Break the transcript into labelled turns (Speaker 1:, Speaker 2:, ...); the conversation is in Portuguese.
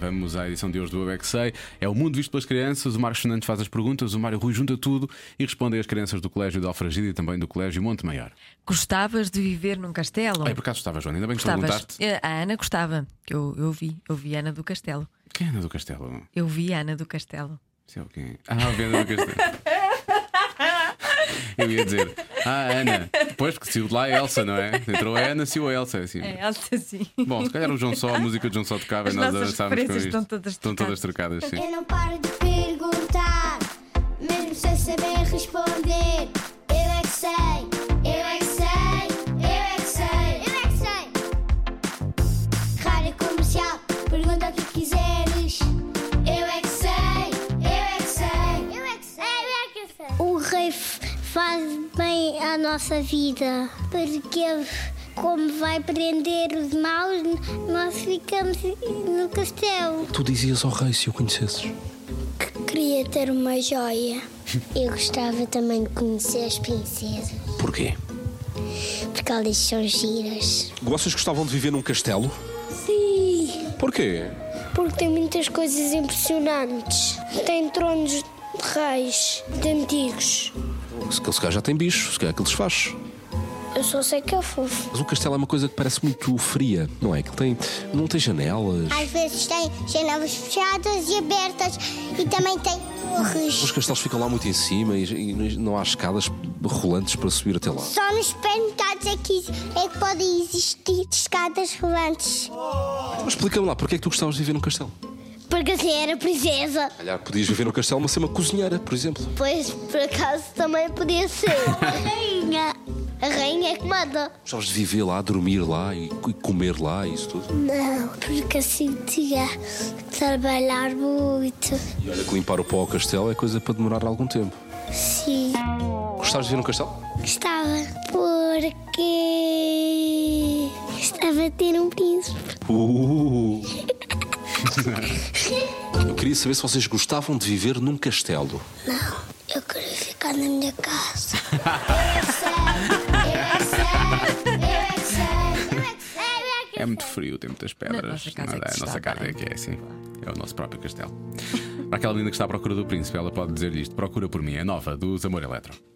Speaker 1: Vamos à edição de hoje do Eu é Que Sei. É o mundo visto pelas crianças. O Marcos Fernandes faz as perguntas, o Mário Rui junta tudo e responde às crianças do Colégio de Alfragida e também do Colégio Monte Maior.
Speaker 2: Gostavas de viver num castelo?
Speaker 1: Ai, por acaso estava, Joana, ainda bem que
Speaker 2: Gostavas?
Speaker 1: perguntaste.
Speaker 2: Eh, A Ana gostava. que Eu, eu vi. Eu vi a Ana do Castelo.
Speaker 1: Quem é Ana do Castelo?
Speaker 2: Eu vi a Ana do Castelo.
Speaker 1: Sei lá quem. é. Ah, a Ana do Castelo. Eu ia dizer, ah, Ana. Depois porque saiu de lá a Elsa, não é? Entrou a Ana, saiu a Elsa. Assim.
Speaker 2: É, Elsa, sim.
Speaker 1: Bom, se calhar o João Só, a música do João Só tocava
Speaker 2: As
Speaker 1: e nós
Speaker 2: nossas
Speaker 1: avançávamos com
Speaker 2: referências
Speaker 1: isto.
Speaker 2: estão todas
Speaker 1: estão todas trocadas, sim.
Speaker 3: Eu não paro de perguntar, mesmo sem saber responder. Eu é que sei, eu é que sei, eu é que sei, eu é que sei. Rádio comercial, pergunta o que quiseres. Eu é que sei, eu é que sei, eu é que sei, eu é que sei. O rei faz bem à nossa vida, porque como vai prender os maus, nós ficamos no castelo.
Speaker 4: Tu dizias ao rei se o conhecesses.
Speaker 3: Queria ter uma joia. Eu gostava também de conhecer as princesas,
Speaker 4: Porquê?
Speaker 3: porque elas são giras.
Speaker 4: Vocês gostavam de viver num castelo?
Speaker 3: Sim,
Speaker 4: Porquê?
Speaker 3: porque tem muitas coisas impressionantes. Tem tronos de reis, de antigos.
Speaker 4: Se calhar- se calhar já tem bicho, se calhar aquilo desfaz.
Speaker 3: Eu só sei que é fofo.
Speaker 4: Mas o castelo é uma coisa que parece muito fria, não é? Que tem, não tem janelas.
Speaker 3: Às vezes tem janelas fechadas e abertas e também tem
Speaker 4: Os
Speaker 3: torres.
Speaker 4: castelos ficam lá muito em cima e, e não há escadas rolantes para subir até lá.
Speaker 3: Só nos perguntados é que, é que podem existir escadas rolantes.
Speaker 4: Mas explica-me lá, porquê é que tu gostavas de viver num castelo?
Speaker 3: Porque assim era princesa.
Speaker 4: Calhar podias viver num castelo, mas ser uma cozinheira, por exemplo.
Speaker 3: Pois, por acaso, também podia ser. A rainha. A rainha é que manda.
Speaker 4: Gostavas de viver lá, dormir lá e, e comer lá e isso tudo.
Speaker 3: Não, porque assim tinha que trabalhar muito.
Speaker 4: E olha que limpar o pó ao castelo é coisa para demorar algum tempo.
Speaker 3: Sim.
Speaker 4: Gostavas de viver num castelo?
Speaker 3: Gostava. Porque... Gostava de ter um príncipe.
Speaker 4: Uh. Eu queria saber se vocês gostavam de viver num castelo.
Speaker 3: Não, eu queria ficar na minha casa. Eu é que sei, eu é que sei, eu é que sei, eu é que sei, eu
Speaker 1: É muito frio, tem muitas pedras.
Speaker 2: Na nossa casa é que
Speaker 1: a
Speaker 2: se
Speaker 1: nossa
Speaker 2: está
Speaker 1: casa é
Speaker 2: bem.
Speaker 1: que é assim. É o nosso próprio castelo. Para aquela menina que está à procura do príncipe, ela pode dizer isto: procura por mim, é nova, dos Amor Eletro.